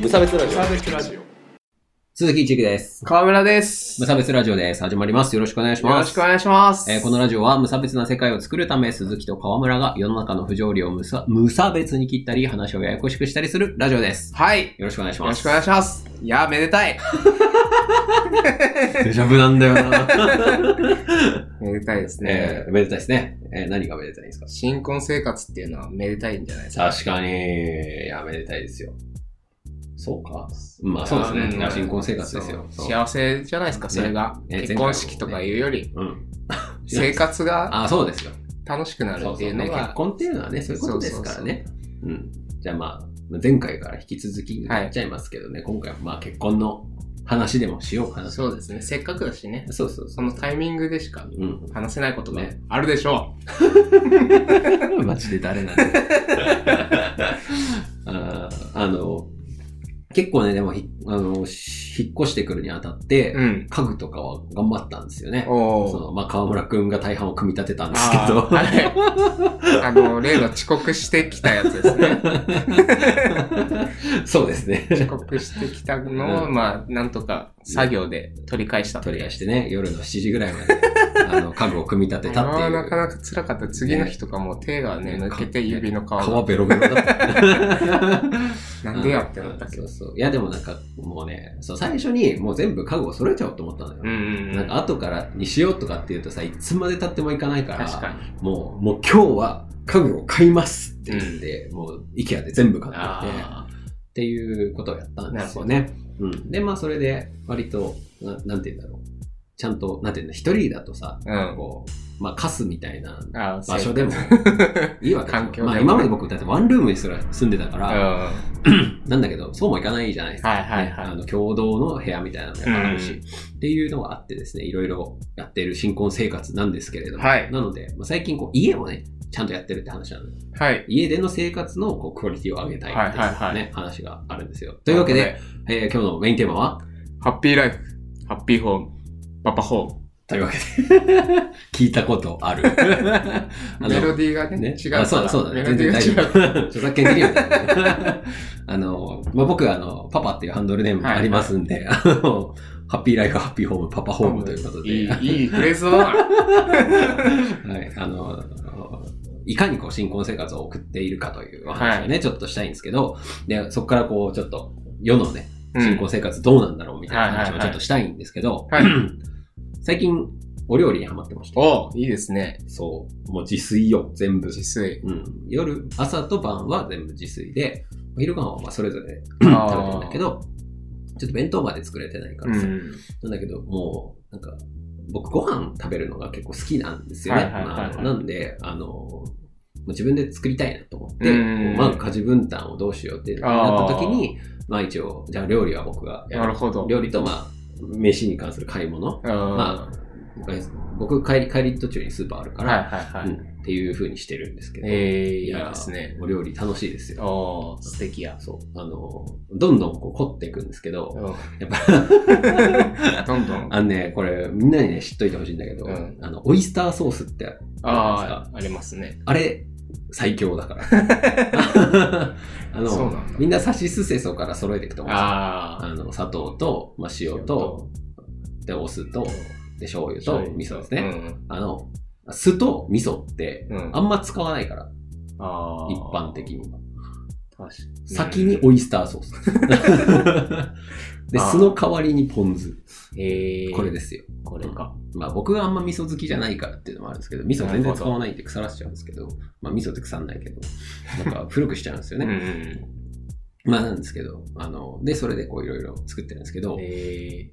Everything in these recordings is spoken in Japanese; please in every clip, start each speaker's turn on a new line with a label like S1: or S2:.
S1: 無差別ラジオ。
S2: 別ラジオ。
S3: 鈴木一之です。
S2: 河村です。
S3: 無差別ラジオです。始まります。よろしくお願いし
S2: よ
S3: ま
S2: ろ
S3: す。
S2: しくお願いします。
S3: えーこのラジオは無差別な世界を作るため、鈴木と河村が世の中の不条理を無差無差別に切ったり、話をややこしくしたりするラジオです。
S2: はい。
S3: よろしくお願いし
S2: よ
S3: ま
S2: ろし
S3: す。
S2: くお願いします。いやー、めでたい。
S3: デジャブなんだよな
S2: めでたいですね。
S3: えー、めでたいですね。えー何がめでたいんですか
S2: 新婚生活っていうのはめでたいんじゃないですか。
S3: 確かに、いや、めでたいですよ。そうか。まあ、そうですね。
S2: ん
S3: いや新婚生活ですよ。
S2: そう
S3: そう
S2: 幸せじゃないですか、それが。
S3: ねね
S2: 結婚式とかいうより、
S3: うん。
S2: 生活が
S3: あ、そうですよ。
S2: 楽しくなる
S3: そう
S2: って
S3: そ
S2: いうう
S3: ね、
S2: の
S3: 結
S2: が。
S3: 婚っていうのはね、そういうことですからね。うん。じゃあまあ、前回から引き続きになっちゃいますけどね、今回はまあ結婚の話でもしようかなと。
S2: そうですね。せっかくだしね。
S3: そうそう
S2: そ
S3: そう。
S2: のタイミングでしか
S3: うん。
S2: 話せないことが
S3: ね
S2: あるでしょ
S3: マジで誰なんだ あーあの、結構ね、でもひあの、し引っ越してくるにあたって、
S2: う。うん。
S3: 家具とかは頑張ったんですよね。
S2: お
S3: そ
S2: ー
S3: の、まあ、河村くんが大半を組み立てたんですけ
S2: あ
S3: ど。
S2: ーはいあの、例の遅刻してきたやつです ね。
S3: そうですね。
S2: 遅刻してきたのを、
S3: うん
S2: まあ、なんとか作業で取り返したと
S3: 取り
S2: いう。
S3: 返してね、夜の7時ぐらい まで、あの、家具を組み立てたってい
S2: あ
S3: う。
S2: ーなかなか辛かった。次の日とかもう手がね、抜けて指の皮が。
S3: 皮ベロベロだった。
S2: なんでやってなったっけ
S3: そうそう。いや、でもなんか、もうね、そう、最初にもう全部家具を揃えちゃおうと思ったのよ。
S2: うんうんう
S3: なん
S2: ん。
S3: か後からにしようとかっていうとさ、いつまで経ってもいかないから、
S2: 確かに。
S3: もう、もう今日は家具を買いますって言って、もう IKEA で全部買ってて、
S2: あ
S3: っていうことをやったんですよね。うん、で、まあそれで割とな、なんて言うんだろう。ちゃんと、なんて言うんだ、一人だとさ、
S2: ーうん。
S3: こう、まあカスみたいな
S2: あー
S3: 場所でも
S2: そう
S3: いいわけですよ
S2: 環境でも
S3: まあ今まで僕だってワンルームにすら住んでたか
S2: うん。
S3: ら、
S2: は
S3: なんだけど、そうもいかないじゃないで
S2: い
S3: すか。
S2: はい
S3: ねあ
S2: は
S3: の共同の部屋みたいなのもやっぱあるし、
S2: うん
S3: っていうのがあってですね、いろいろやってる新婚生活なんですけれども、
S2: はい
S3: なので、まあ、最近こう家をね、ちゃんとやってるって話なので、
S2: い。はい。
S3: 家での生活のこうクオリティを上げたいっていう、ね
S2: はいはいは
S3: 話があるんですよ。というわけで、、えー今日のメインテーマは、
S2: ハッピーライフ、ハッピーホーム、パパホ
S3: というわけで、 聞いたことある。
S2: ーム。メロディーがね、
S3: ね、
S2: 違うか
S3: あ
S2: ら。
S3: そうだ、そうだ、
S2: メ
S3: ね、
S2: ロ
S3: 全
S2: ディ
S3: 然大丈
S2: ーが違う。
S3: 夫。 著作権的には大丈夫。 あの、まあ、僕はあの、パパっていうハンドルネームがありますんで、あの、ハッピーライフ、ハッピーホーム、パパホームということで、
S2: いい、いいフレーズだな。
S3: はい、あの、いかにこう新婚生活を送っているかというお話をね、ちょっとしたいんですけど、で、そこからこう、ちょっと、世のね、
S2: うん
S3: 新婚生活どうなんだろうみたいな話
S2: はいはい
S3: を
S2: はい
S3: ちょっとしたいんですけど、
S2: はい
S3: 最近、お料理にハマってました。
S2: おいいですね。
S3: そう。もう自炊よ、全部。
S2: 自炊。
S3: うん、夜、朝と晩は全部自炊で、お昼ご飯はまあそれぞ れ
S2: 食べ
S3: 食べてるんだけど、ちょっと弁当まで作れてないか
S2: う
S3: らさ、
S2: ん。
S3: なんだけど、もう、なんか、僕ご飯食べるのが結構好きなんですよ
S2: は
S3: ね。
S2: いはいはいはい
S3: まあなんで、あの、もう自分で作りたいなと思って、
S2: うん
S3: こうまず家事分担をどうしようってなった時に、まあ一応、じゃあ料理は僕がや
S2: な
S3: る
S2: るほど。
S3: 料理とまあ、飯に関する買い物。
S2: ま
S3: まあ、僕帰り、帰り途中にスーパーあるか
S2: はい
S3: ら、
S2: はいは
S3: う
S2: い。
S3: んっていう風にしてるんですけど、
S2: えー、い
S3: いや
S2: いですね。
S3: お料理楽しいですよ。
S2: おー、素敵や。
S3: そう。あの、どんどんこう凝っていくんですけど、
S2: う
S3: やっぱ、
S2: ん どんどん。
S3: あのね、これみんなにね、知っといてほしいんだけど、
S2: うん
S3: あの、オイスターソースってあるじゃないです
S2: あ
S3: か。
S2: ー、ありますね。
S3: あれ、最強だ から。 あ
S2: そう
S3: の
S2: なんだ、
S3: みんなさしすせそから揃えていくと思うんですよ
S2: あ
S3: あの、砂糖と、まあ、
S2: ー、
S3: 塩と、で、お酢と、で、醤油と、味噌ですね。
S2: ね。
S3: あの、酢と味噌って、
S2: うん。うん
S3: あんま使わないから、
S2: あ
S3: 一般的に。
S2: 確かに。
S3: 先にオイスターソース。で、
S2: あー
S3: 酢の代わりにポン酢。
S2: えー、
S3: これですよ。
S2: これか。
S3: まあ僕があんま味噌好きじゃないからっていうのもあるんですけど、味噌全然使わないんで腐らしちゃうんですけど、まあ味噌って腐んないけど、なんか古くしちゃうんですよ
S2: うんう
S3: ね。
S2: ん。
S3: まあなんですけど、あの、で、それでこういろいろ作ってるんですけど、
S2: え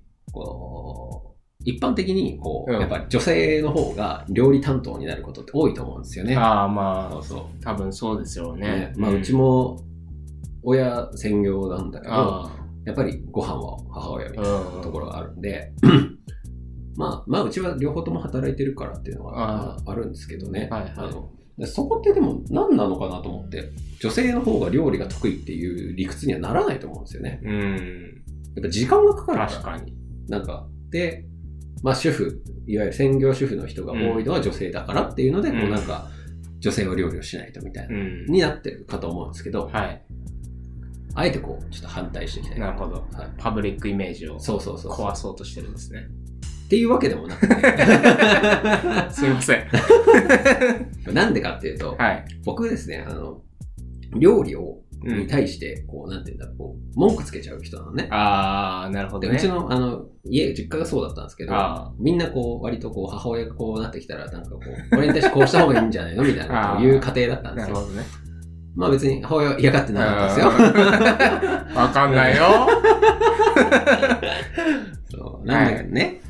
S3: こう、一般的にこう、
S2: うん
S3: やっぱり女性の方が料理担当になることって多いと思うんですよね。
S2: ー、あー、
S3: そ
S2: ま
S3: うそ
S2: あ、多分そうですよ
S3: う。
S2: ね。
S3: ね。まあ
S2: ん
S3: うち、も、親専業なんだけど、
S2: あ
S3: やっぱりご飯は母親みたいな
S2: ー、うん。
S3: ところがある んで、まあ、まあ、うちは両方とも働いてるからっていうのがまああるんですけどね。
S2: はいはい
S3: あのでそこってでも何なのかなと思って、女性の方が料理が得意っていう理屈にはならないと思うんですよね。
S2: うん。
S3: やっぱ時間がかかるから。
S2: 確かに。
S3: なんか、で、まあ主婦、いわゆる専業主婦の人が多いのは女性だからっていうので、
S2: うん
S3: こうなんか、女性は料理をしないとみたいうな、
S2: ん。
S3: になってるかと思うんですけど、
S2: はい。
S3: あえてこう、ちょっと反対していきたい。
S2: なるほど。
S3: はい。
S2: パブリックイメージを
S3: そうそうそうそう。
S2: 壊そうとしてるん ですね。
S3: っていうわけでもなくて。
S2: すいません。
S3: なんでかっていうと、
S2: はい。
S3: 僕ですね、あの、料理を、
S2: う
S3: に
S2: ん、
S3: 対して、こう、なんていうんだろう、こう、文句つけちゃう人なのね。
S2: あー、なるほ
S3: で、
S2: どね。
S3: うちの、あの、家、実家がそうだったんですけど、
S2: あ
S3: みんなこう、割とこう、母親がこうなってきたら、なんかこう、俺に対してこうした方がいいんじゃないのみたいな、
S2: あー
S3: という家庭だったん
S2: ー
S3: で
S2: な
S3: す
S2: る
S3: よ。
S2: ほどね。
S3: まあ別に母親は嫌がってなかったんですよ。
S1: わかんないよ。
S3: そうなんだけどね。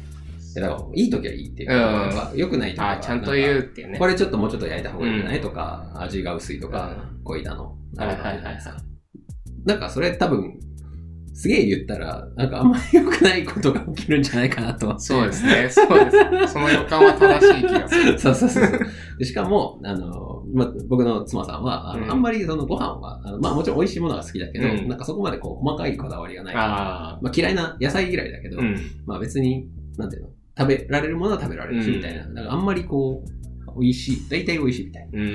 S3: だからいい時はいいっていうか、良くない時
S2: あ
S3: はなん
S2: ー、
S3: か。
S2: ちゃんと言うっていうね。
S3: これちょっともうちょっと焼いた方がいいんじゃないとか、味が薄いとか、濃いだの、あるわけじゃないですか。なんかそれ多分、すげえ言ったら、なんかあんまり良くないことが起きるんじゃないかなと思って。
S1: そうですね。そうです。その予感は正しい気がする。
S3: そうそうそうそう。でしかも、あの、ま、僕の妻さんは、あの
S2: うん
S3: あんまりそのご飯は、あのまあもちろん美味しいものが好きだけど、
S2: うん
S3: なんかそこまでこう細かいこだわりがないから、
S2: あ
S3: まあ嫌いな野菜嫌いだけど、
S2: ー、うん。
S3: まあ別に、なんていうの、食べられるものは食べられるし、
S2: うん
S3: みたいな。なんかあんまりこう、美味しい、大体美味しいみたいな。
S2: うん。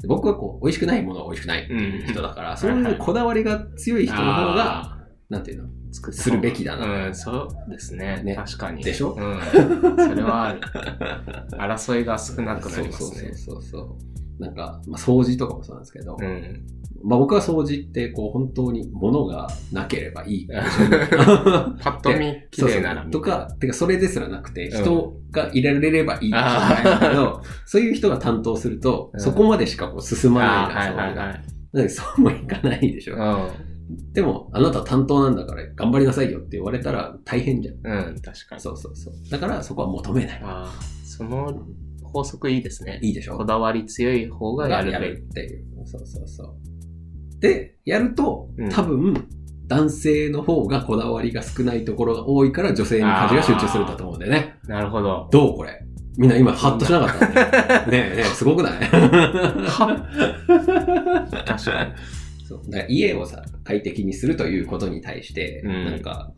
S3: で僕はこう、美味しくないものは美味しくないっていう人だから、そういうこだわりが強い人の方が、
S2: あ
S3: なんていうの、
S2: ー、作
S3: するべきだな。
S2: うん、そうですね。
S3: ね
S2: 確かに。
S3: でしょ
S2: うん。それはあ る。争いが少なくなりま
S3: そう
S2: す
S3: そう
S2: ね。
S3: そうそう。なんか、まあ、掃除とかもそうなんですけど、
S2: うん。
S3: まあ僕は掃除って、こう、本当に物がなければい い。
S1: パッと見綺麗なら
S3: そうそうとか、てかそれですらなくて、
S2: うん
S3: 人がいられればいいって考えるんだけど、そういう人が担当すると、
S2: うん
S3: そこまでしかこう進ま
S2: あ
S3: な
S2: ー
S3: いじゃん
S2: はいはい
S3: それが
S2: はい。
S3: なんでそうもいかないでしょ。でも、あなた担当なんだから頑張りなさいよって言われたら大変じゃん。
S2: うん。うん、確かに。
S3: そうそうそう。だからそこは求めない。
S2: あーその法則いいですね。
S3: いいでしょ
S2: こだわり強い方がやるべき。
S3: っていう。そうそうそう。で、やると
S2: うん、
S3: 多分、男性の方がこだわりが少ないところが多いから女性に家事が集中するんだと思うんだよね。
S2: なるほど。
S3: どうこれみんな今ハッとしなか ったねねえねえ、すごくない
S2: 確かに。
S3: そうだから家をさ、快適にするということに対して、
S2: うん
S3: なんか、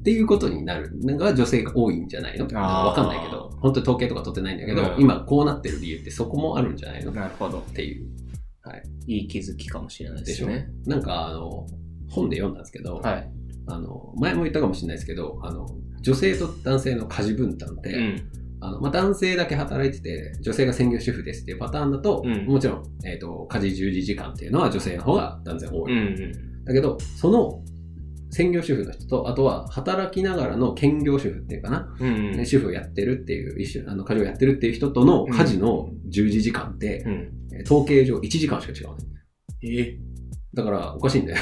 S3: っていうことになるのが女性が多いんじゃないの
S2: あー
S3: わかんないけど、本当に統計とか取ってないんだけど、
S2: うん
S3: 今こうなってる理由ってそこもあるんじゃないのっ
S2: なるほど。
S3: ていう。
S2: いい気づきかもしれないですね。
S3: なんかあの、本で読んだんですけど、
S2: はい。
S3: あの、前も言ったかもしれないですけど、あの、女性と男性の家事分担って、
S2: うん。
S3: あの、まあ、男性だけ働いてて、女性が専業主婦ですっていうパターンだと、
S2: うん
S3: もちろん、えっ、と、家事従事時間っていうのは女性の方が断然多
S2: う
S3: い。
S2: んうん。
S3: だけど、その、専業主婦の人と、あとは働きながらの兼業主婦っていうかな、
S2: うんうん
S3: ね主婦をやってるっていう、一緒あの家事をやってるっていう人との家事の従事時間って、
S2: うん。
S3: えー統計上1時間しか違うね。
S2: え
S3: だから、おかしいん だよ。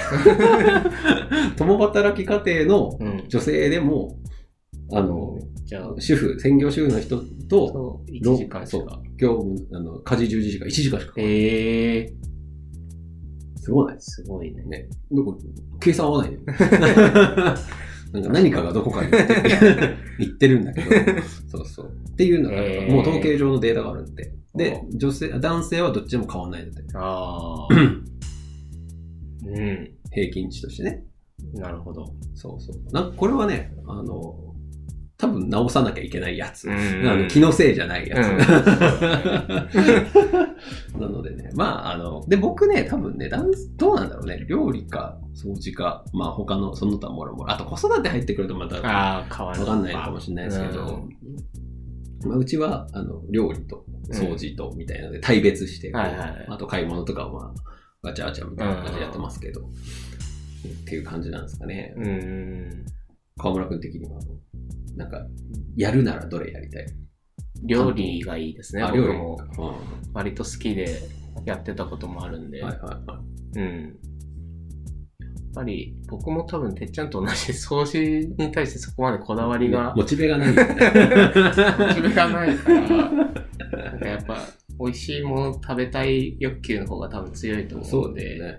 S3: 共働き家庭の
S2: うん。
S3: 女性でも、あの、
S2: じゃあ、
S3: 主婦、専業主婦の人と、
S2: そう、1時間し
S3: そう
S2: か。
S3: 業務、あの、家事従事時間1時間しかかかんない。
S2: ええ
S3: すごない
S2: ー、すごいね。
S3: ね。なんか、計算合わな いね。なんか何かがどこかに行って 行ってるんだけど、そうそう。っていうのが、
S2: へー
S3: もう統計上のデータがあるって。で
S2: お、
S3: 女性、男性はどっちでも変わんない んだって。
S2: ああ。うん。
S3: 平均値としてね。
S2: なるほど。
S3: そうそう。なんかこれはね、あの、多分直さなきゃいけないやつ。
S2: ん
S3: あの気のせいじゃないやつ。
S2: うん
S3: なのでね、まあ、あの、で、僕ね、多分ね、ダンス、どうなんだろうね、料理か、掃除か、まあ、他の、その他もろもろ、あと子育て入ってくるとまた、わ
S2: ああ、変わる。
S3: かんないのかもしれないですけど、まあ、うちは、あの、料理と掃除と、みたいなので、対別して、こう
S2: はいはいはい
S3: あと買い物とかは、まあ、ガチャガチャみたいな感じでやってますけど、っていう感じなんですかね。
S2: うん。うん。
S3: 川村君的には、なんか、やるならどれやりたい
S2: 料理がいいですね。
S3: あ
S2: 僕
S3: 料理
S2: も
S3: うんは
S2: 割と好きでやってたこともあるんで。
S3: いはいはい。
S2: うん。やっぱり僕も多分てっちゃんと同じ掃除に対してそこまでこだわりが、
S3: モチベがないよね。
S2: モチベがないから、なんかやっぱ美味しいもの食べたい欲求の方が多分強いと思う
S3: そ
S2: ん
S3: う
S2: で、
S3: だよね。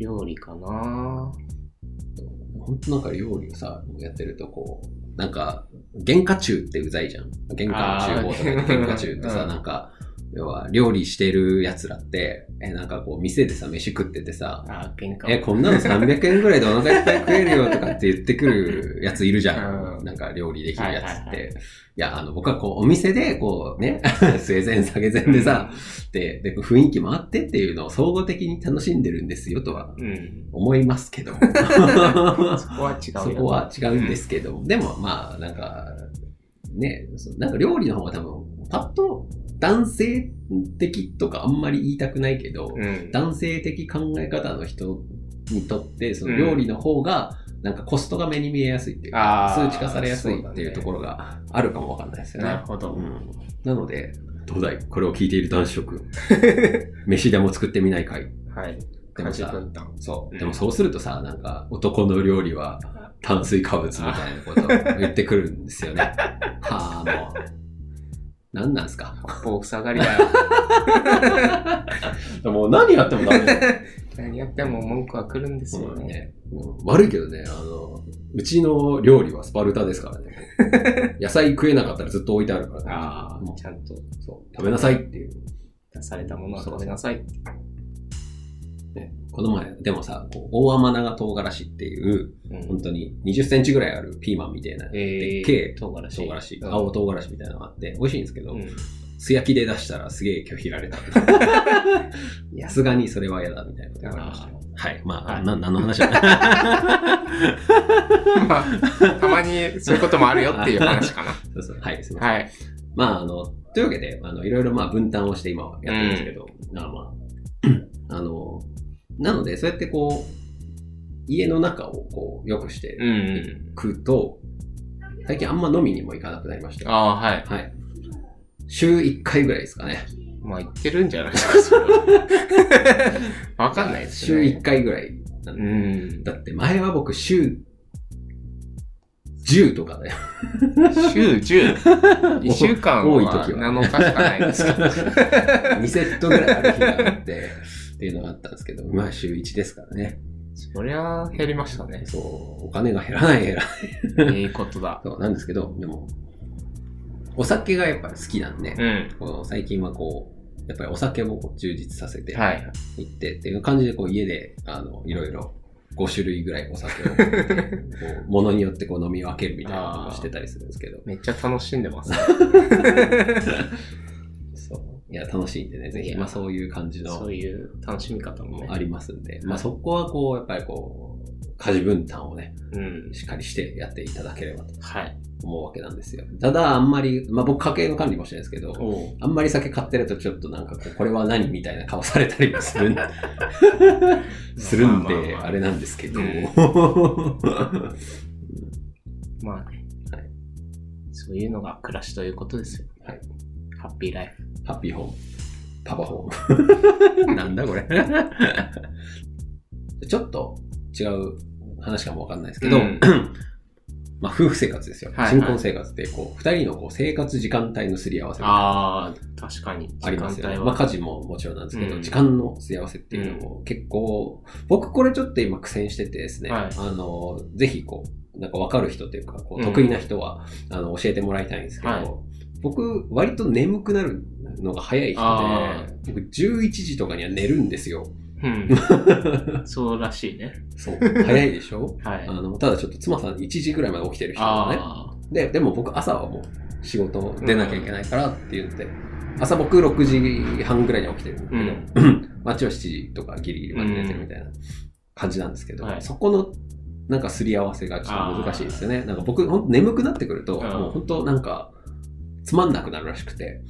S2: 料理かな
S3: 本当なんか料理をさ、やってるとこう、なんか、原価中ってうざいじゃん。原価の厨房とかで
S2: あー
S3: 原価中って
S2: う
S3: さ、
S2: ん
S3: なんか、要は、料理してる奴らって、え、なんかこう、店でさ、飯食っててさ、
S2: あー、喧嘩。
S3: え、こんなの300円ぐらいでお腹いっぱい食えるよとかって言ってくるやついるじゃ。
S2: うんん
S3: なんか料理できるやつっ
S2: はいはい
S3: て。いや、あの、僕はこう、お店で、こうね、 生前下げ前でさ、で、で、雰囲気もあってっていうのを総合的に楽しんでるんですよとは
S2: うん。
S3: 思いま すけど。
S2: そこは違うよ。
S3: そこは違うんですけど、でもまあ、なんか、ね、そなんか料理の方が多分、パッと男性的とかあんまり言いたくないけど、
S2: うん。
S3: 男性的考え方の人にとって、その料理の方が、なんかコストが目に見えやすいっていうか、
S2: あー
S3: 数値化されやすいっていうところがあるかもわかんないですよ
S2: な
S3: ね
S2: る。ほど。
S3: うんなので、東大、これを聞いている男子諸君、 飯でも作ってみないかい
S2: はい。
S3: でも
S2: 家事
S3: さ
S2: 分担。
S3: そうう。
S2: ん
S3: でもそうするとさ、なんか、男の料理は炭水化物みたいなことを言ってくるんですよ ね。はあ、もう。なんなんすか
S2: 棒塞がりだ よ。
S3: もう何やってもダメだよ。
S2: 何やっても文句は来るんですよね。
S3: ね、悪いけどね、あの、うちの料理はスパルタですからね。 野菜食えなかったらずっと置いてあるからね。
S2: あ
S3: も
S2: あ、ちゃんと
S3: うそう食べなさいっていう。
S2: 出されたものは食べなさいって。
S3: この前、でもさ、こう大甘長唐辛子っていう、
S2: うん
S3: 本当に20センチぐらいあるピーマンみたいな、
S2: え
S3: でっけえ
S2: ー、唐辛子。
S3: 唐辛子、
S2: うん
S3: 青唐辛子みたいなのがあって、美味しいんですけど、
S2: うん
S3: 素焼きで出したらすげえ拒否られた。さすがにそれは嫌だみたいなこと言われましたよ。はい。まあ、
S2: はい
S3: な何の話 だ
S1: まあ、たまにそういうこともあるよっていう話かな。
S3: そうそうはい、すいません。
S1: はい。
S3: まあ、あの、というわけで、あの、いろいろまあ分担をして今はやってるんですけど、まあまあ、 あの、なので、そうやってこう、家の中をこう、良くして
S2: うんうん。
S3: 食うと、最近あんま飲みにも行かなくなりました。
S2: ああ、はい。
S3: はい。週1回ぐらいですかね。
S2: まあ言ってるんじゃないですか、それはわかんないです
S3: 週
S2: ね。
S3: 1回ぐらいなんで
S2: うん。
S3: だって前は僕週10とかだよ。
S1: 週10。1週間
S3: 多
S1: はい
S3: 時は
S1: 7日しかないですけど。
S3: 2セットぐらいある日があって、っていうのがあったんですけど、まあ週1ですからね。
S1: そりゃ減りましたね。
S3: そう、お金が減らない減らない。
S1: いいことだ。
S3: そうなんですけど、でも、お酒がやっぱ好きなんで、
S1: うん。
S3: この最近はこう、やっぱりお酒もこう充実させて
S1: はい。
S3: いってっていう感じで、こう家で、あの、いろいろ5種類ぐらいお酒を、こう、ものによってこう飲み分けるみたいなことをしてたりするんですけど、
S1: めっちゃ楽しんでます。
S3: そう。いや、楽しいんでね、ぜ
S2: い
S3: ひ、
S2: や
S3: まあそういう感じ
S2: そ
S3: の
S2: ういう楽しみ方もね。
S3: ありますんで、まあそこはこう、やっぱりこう、家事分担をね、
S2: うん。
S3: しっかりしてやっていただければと
S2: はい。
S3: 思うわけなんですよ。ただ、あんまり、まあ僕家計の管理もしてないですけど、
S2: お
S3: あんまり酒買ってるとちょっとなんかこう、これは何みたいな顔されたりもするん するん
S2: まあまあ
S3: で、
S2: まあ
S3: あれなんですけど、
S2: う
S3: は
S2: まあね。
S3: はい
S2: そういうのが暮らしということですよ。
S3: い
S2: ハッピーライフ。
S3: ハッピーホーム、パパホ ーム。なんだこれ。 ちょっと違う話かもわかんないですけど、
S2: うん
S3: まあ夫婦生活ですよ。
S2: はいはい
S3: 新婚生活って、こう、二人のこう生活時間帯のすり合わせみたいな
S2: ああ、確かに。
S3: ありますよね。
S2: 時間
S3: ま
S2: 帯
S3: あ
S2: は。
S3: 家事ももちろんなんですけど、
S2: うん
S3: 時間のすり合わせっていうのも結構、僕これちょっと今苦戦しててですね、
S2: はい
S3: あの、ぜひこう、なんか分かる人というか、こう
S2: うん
S3: 得意な人は、あの教えてもらいたいんですけど、
S2: はい
S3: 僕割と眠くなるのが早い
S2: あ
S3: 人で、僕11時とかには寝るんですよ。
S2: うん。 そうらしいね。
S3: そう。早いでしょ
S2: は
S3: あ
S2: い。
S3: のただちょっと妻さん1時ぐらいまで起きてる人なのね。
S2: あ
S3: で、でも僕朝はもう仕事出なきゃいけないからって言って、朝僕6時半ぐらいに起きてるんだけど、 まあ、一応7時とかギリギリまで寝てるみたいな感じなんですけど、
S2: うんはい
S3: そこのなんかすり合わせがちょっと難しいですよね。なんか僕、ほんと眠くなってくると、
S2: うん
S3: もう本当なんか、つまんなくなるらしく て。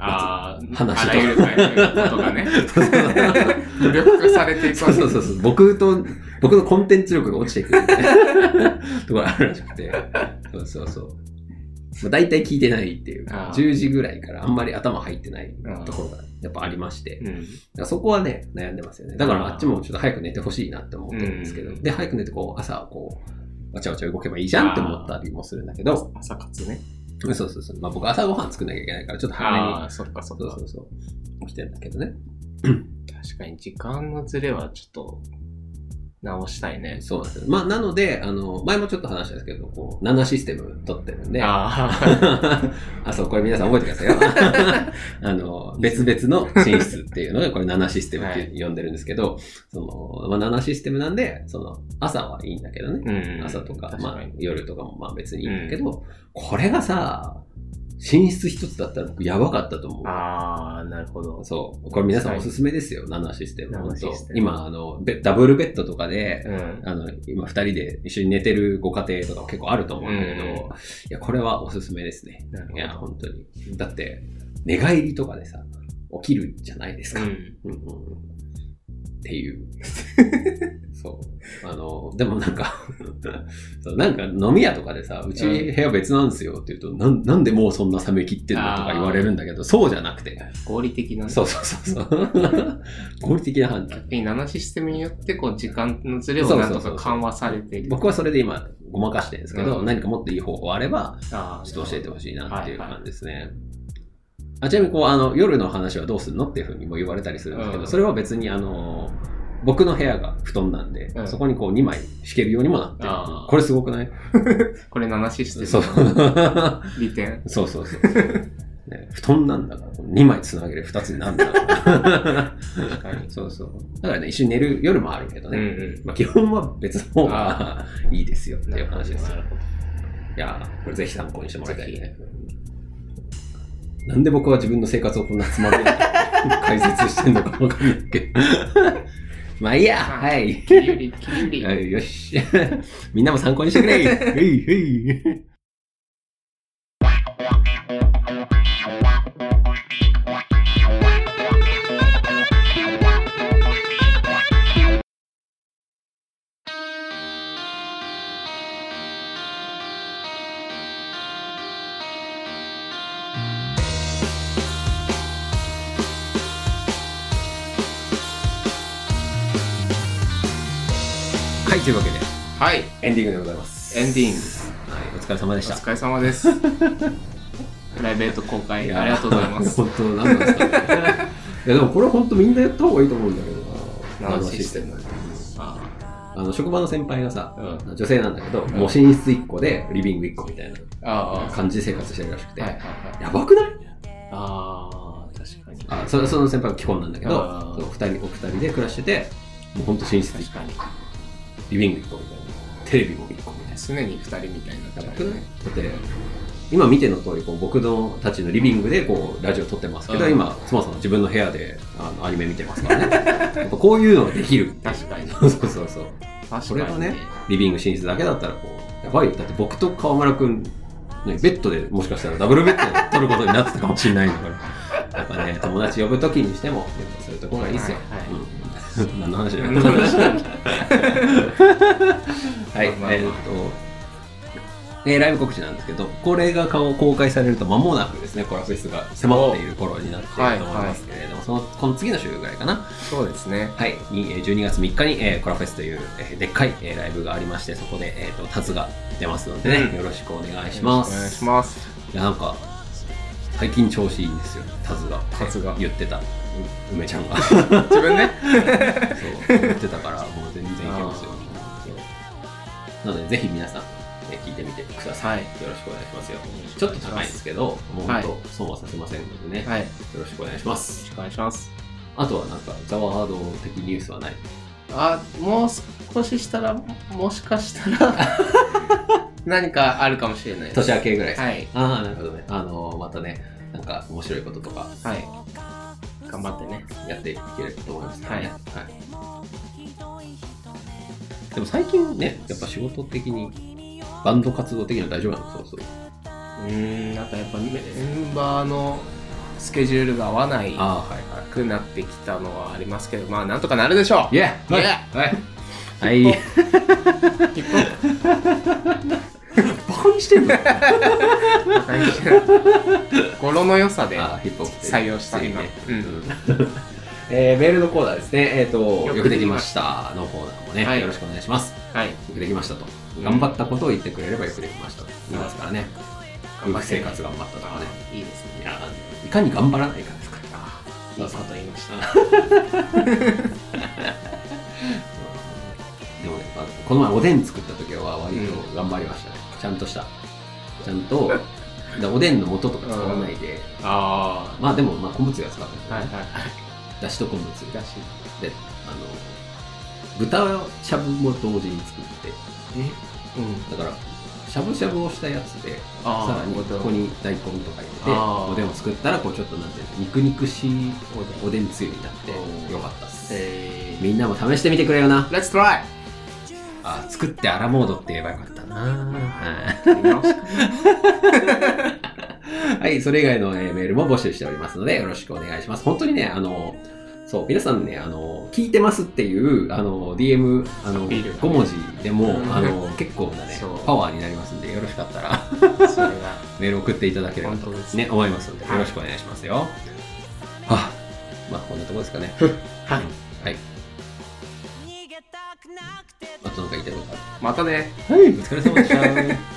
S2: あ。ああ、
S3: 話と
S2: あらゆるあらゆること がね。
S3: そうそう
S1: 努力化されていくわけ
S3: そうそう。僕と、僕のコンテンツ力が落ちていくるみたい なところがあるらしくて。そうそうそう。まあ、大体聞いてないっていうか
S2: あ、ー
S3: 10時ぐらいからあんまり頭入ってない
S2: うん
S3: ところがやっぱありまして。
S2: うん。
S3: だからそこはね、悩んでますよね。だから
S2: あー
S3: あっちもちょっと早く寝てほしいなって思ってるんですけど、
S2: うん
S3: で、早く寝てこう、朝こう、わちゃわちゃ動けばいいじゃんって思ったりもするんだけど、
S2: 朝活ね。
S3: そうそうそう。まあ僕朝ごはん作んなきゃいけないから、ちょっと早めに
S2: あ、あ、そっかそっ
S3: そう
S2: か
S3: そ。うそう、起きてるんだけどね。
S2: 確かに時間のズレはちょっと直したいね。
S3: そうなんですよ。まあ、なので、あの、前もちょっと話したんですけど、こう、7システム取ってるんで、 あ
S2: あ
S3: そう、これ皆さん覚えてくださいよ。 あの、別々の寝室っていうので、これ7システムって呼んでるんですけど、その、まあ、7システムなんで、その、朝はいいんだけどね
S2: あ、う。ん。
S3: 朝とか、
S2: 確
S3: まあ
S2: かに。、
S3: 夜とかもまあ別にいいんだけど、これがさ、寝室一つだったら僕やばかったと思う。
S2: ああ、なるほど。
S3: そう。これ皆さんおすすめですよ、7システム。
S2: 7
S3: 本当
S2: システム
S3: 今、あの、ベダブルベッドとかで、
S2: うん。
S3: あの、今二人で一緒に寝てるご家庭とかも結構あると思うんだけど、
S2: うん
S3: いや、これはおすすめですね。
S2: なるほ
S3: い
S2: ど
S3: や、本当に。だって、寝返りとかでさ、起きるじゃないです
S2: う
S3: か。
S2: ん。
S3: うんうんうんっ ていう。そう。あの、でもなんか そう、なんか飲み屋とかでさ、うち
S2: う
S3: 部屋別なんですよって言うと、なんなんでもうそんな冷め切ってんのとか言われるんだけど、そうじゃなくて。
S2: 合理的な。
S3: そうそう そうそう。合理的な判断。
S2: 逆に7システムによって、こう、時間のズレをなんとか緩和されている。
S3: 僕はそれで今、ごまかしてるんですけど、
S2: うん
S3: 何かもっといい方法あれば、
S2: あー
S3: ちょっと教えてほしいなっていう
S2: はいはい
S3: 感じですね。あちなみにこうあの夜の話はどうするのっていうふうにも言われたりするんですけど、
S2: うん
S3: それは別にあの僕の部屋が布団なんで、
S2: うん
S3: そこにこう2枚敷けるようにもなってる
S2: あー
S3: これすごくない
S2: これ7システム。
S3: そう そう
S2: 利点。
S3: そうそうそう、ね。布団なんだから2枚つなげる2つになるんだ から。
S2: 確かに。
S3: そうそう。だからね、一緒に寝る夜もあるけど
S2: うん
S3: ね。
S2: う
S3: まあ、基本は別の方がいいですよって
S2: ん。
S3: いう話です
S2: な。るほど。
S3: いやーこれぜひ参考にしてもらいたいね
S2: ぜ。
S3: なんで僕は自分の生活をこんな つまんない解説してんのかわかんないけど。まあいいや、
S2: まあ
S3: はい。
S2: 切り売り、切り
S3: は
S2: 売り。
S3: いよし。 みんなも参考にしてくれ。 へいへい。はい、というわけで、
S2: はい。
S3: エンディングでございます。
S2: エンディング。
S3: はい、お疲れ様でし
S2: お
S3: た。
S2: 疲れ様です。プライベート公開、ありがとうございま す。
S3: 本当、なん なんですかね。いや、でもこれ本当みんなやった方がいいと思うんだけどな。
S2: 7システム。あ
S3: あの、職場の先輩がさ、
S2: ー
S3: 女性なんだけど、もう寝室1個でリビング1個みたい
S2: あ
S3: な感じで生活してるらしくて、
S2: ー。はいはいはい。
S3: やばくない
S2: ああ、確かに。
S3: あそその先輩は基本なんだけど
S2: あ、ー
S3: そう二人お二人で暮らしてて、もう本当寝室1
S2: 確かに。
S3: 個、リビング1個みたいな、テレビも1個みたいな。
S2: 常に2人みたいな
S3: やば
S2: 感
S3: く
S2: じ
S3: ないだって、今見ての通りこう僕のたちのリビングでこうラジオ撮ってますけど、
S2: うん
S3: 今、妻さんは自分の部屋であのアニメ見てますからね。 やっぱこういうのができる。
S2: 確かに。
S3: そうそうそうそう。
S2: 確
S3: それ
S2: か
S3: は
S2: に
S3: ね。、リビング寝室だけだったらこう、やばいよ。だって僕と川村くん、ね、ベッドでもしかしたらダブルベッドで取ることになってたかもしれないんだから。やっぱね、友達呼ぶときにしても、やっぱそういうところがいいですよ。うん、 何の話だよ。
S2: 何の話
S3: はい、
S2: まあまあまあ
S3: えーっと、えーライブ告知なんですけど、これが顔公開されると間もなくですね、コラフェスが迫っている頃になっていると思いますけれども、そのこの次の週ぐらいかな、
S2: そうですね。
S3: はい、にえー12月3日に、えーコラフェスという、えーでっかい、えーライブがありまして、そこで、えー、とタツが出ますのでね、
S2: うん
S3: よろしくお願いし
S2: よろ
S3: ま
S2: しくお願いし
S3: す。
S2: ます。
S3: いや、なんか、最近調子いいんですよ、タツが。
S2: タツが
S3: 言ってた。う梅ち ゃんが。
S2: 自分ね。
S3: そう、言ってたから、もう全然いけますよ。なので、ぜひ皆さん、え聞いてみてください。
S2: はい。
S3: よろしくお願いしますよ。ち
S2: ち
S3: ょっと高いんですけど、もう
S2: は
S3: 本
S2: い
S3: 当、損はさせませんのでね、
S2: はい。よ
S3: よろしくお願いします。
S2: ろしくお願いします。
S3: あとはなんか、ザワハード的ニュースはない。
S2: あ、もう少ししたら、もしかした ら、何かあるかもしれないです。
S3: 年明けぐらいですか。
S2: はい。
S3: ああ、なるほどね。あのまたね、なんか面白いこととか
S2: はい。頑張ってね。
S3: やっていけると思いますからね。
S2: は
S3: はい。でも最近ね、やっぱ仕事的に、バンド活動的には大丈夫なのそうそう。
S2: うーん、なんかやっぱメンバーのスケジュールが合わない
S3: ああ、はいは
S2: くなってきたのはありますけど、まあなんとかなるでしょう
S3: い。イェー
S2: イエ
S3: はい。はい。
S2: ヒップホップ
S3: バカにしてんの
S2: 大事な語呂の良さで
S3: あーヒップホップ
S2: 採用した
S3: いい
S2: 今
S3: ね
S2: う
S3: うん えーメールのコーナーですね、えーと
S2: よく
S3: よくできましたのコーナーもね、
S2: はい
S3: よろしくお願いします。
S2: はい
S3: よくできましたと、
S2: うん
S3: 頑張ったことを言ってくれればよくできましたと言いますからね、夫婦生活頑張ったとかね、
S2: いいですね
S3: いやーいかに頑張らないかですから、
S2: あーいいこと言いました
S3: うんこの前おでん作った時は割と頑張りましたね。ちゃんとした。ちゃんと、 だおでんの素とか使わないで、
S2: あ
S3: まあでも、まあ昆布つゆは使って
S2: あ。はい
S3: る。
S2: はいはい。
S3: だしと昆布つゆ。
S2: だし。
S3: で、あの、豚しゃぶも同時に作って、
S2: えうん。
S3: だから、しゃぶしゃぶをしたやつで、
S2: あー
S3: さらにここに大根とか入れて、
S2: あー
S3: おでんを作ったら、こうちょっとなんていうの、肉肉しい
S2: おで
S3: おでんつゆになって
S2: おー
S3: よかったっす。
S2: えー。
S3: みんなも試してみてくれよな。
S1: Let's try!
S3: あ作ってアラモードって言えばよかったな。 はい、それ以外の、えーメールも募集しておりますので、よろしくお願いします。本当にね、あの、そう、皆さんね、あの、聞いてますっていう、あの、DM、あの、
S2: アピールがね
S3: 5文字でも、
S2: うん
S3: あの、結構 なね
S2: そう、
S3: パワーになりますんで、よろしかったら
S2: それが
S3: メール送っていただければ
S2: 本
S3: と
S2: 当ですね。
S3: ね、思いますので、よろしくお願いしますよ。はあ、まあ、こんなところですか ね。
S2: はい。
S3: はい。あとなんか言いたいことあ
S1: またね
S3: るはい、お疲れ様でした。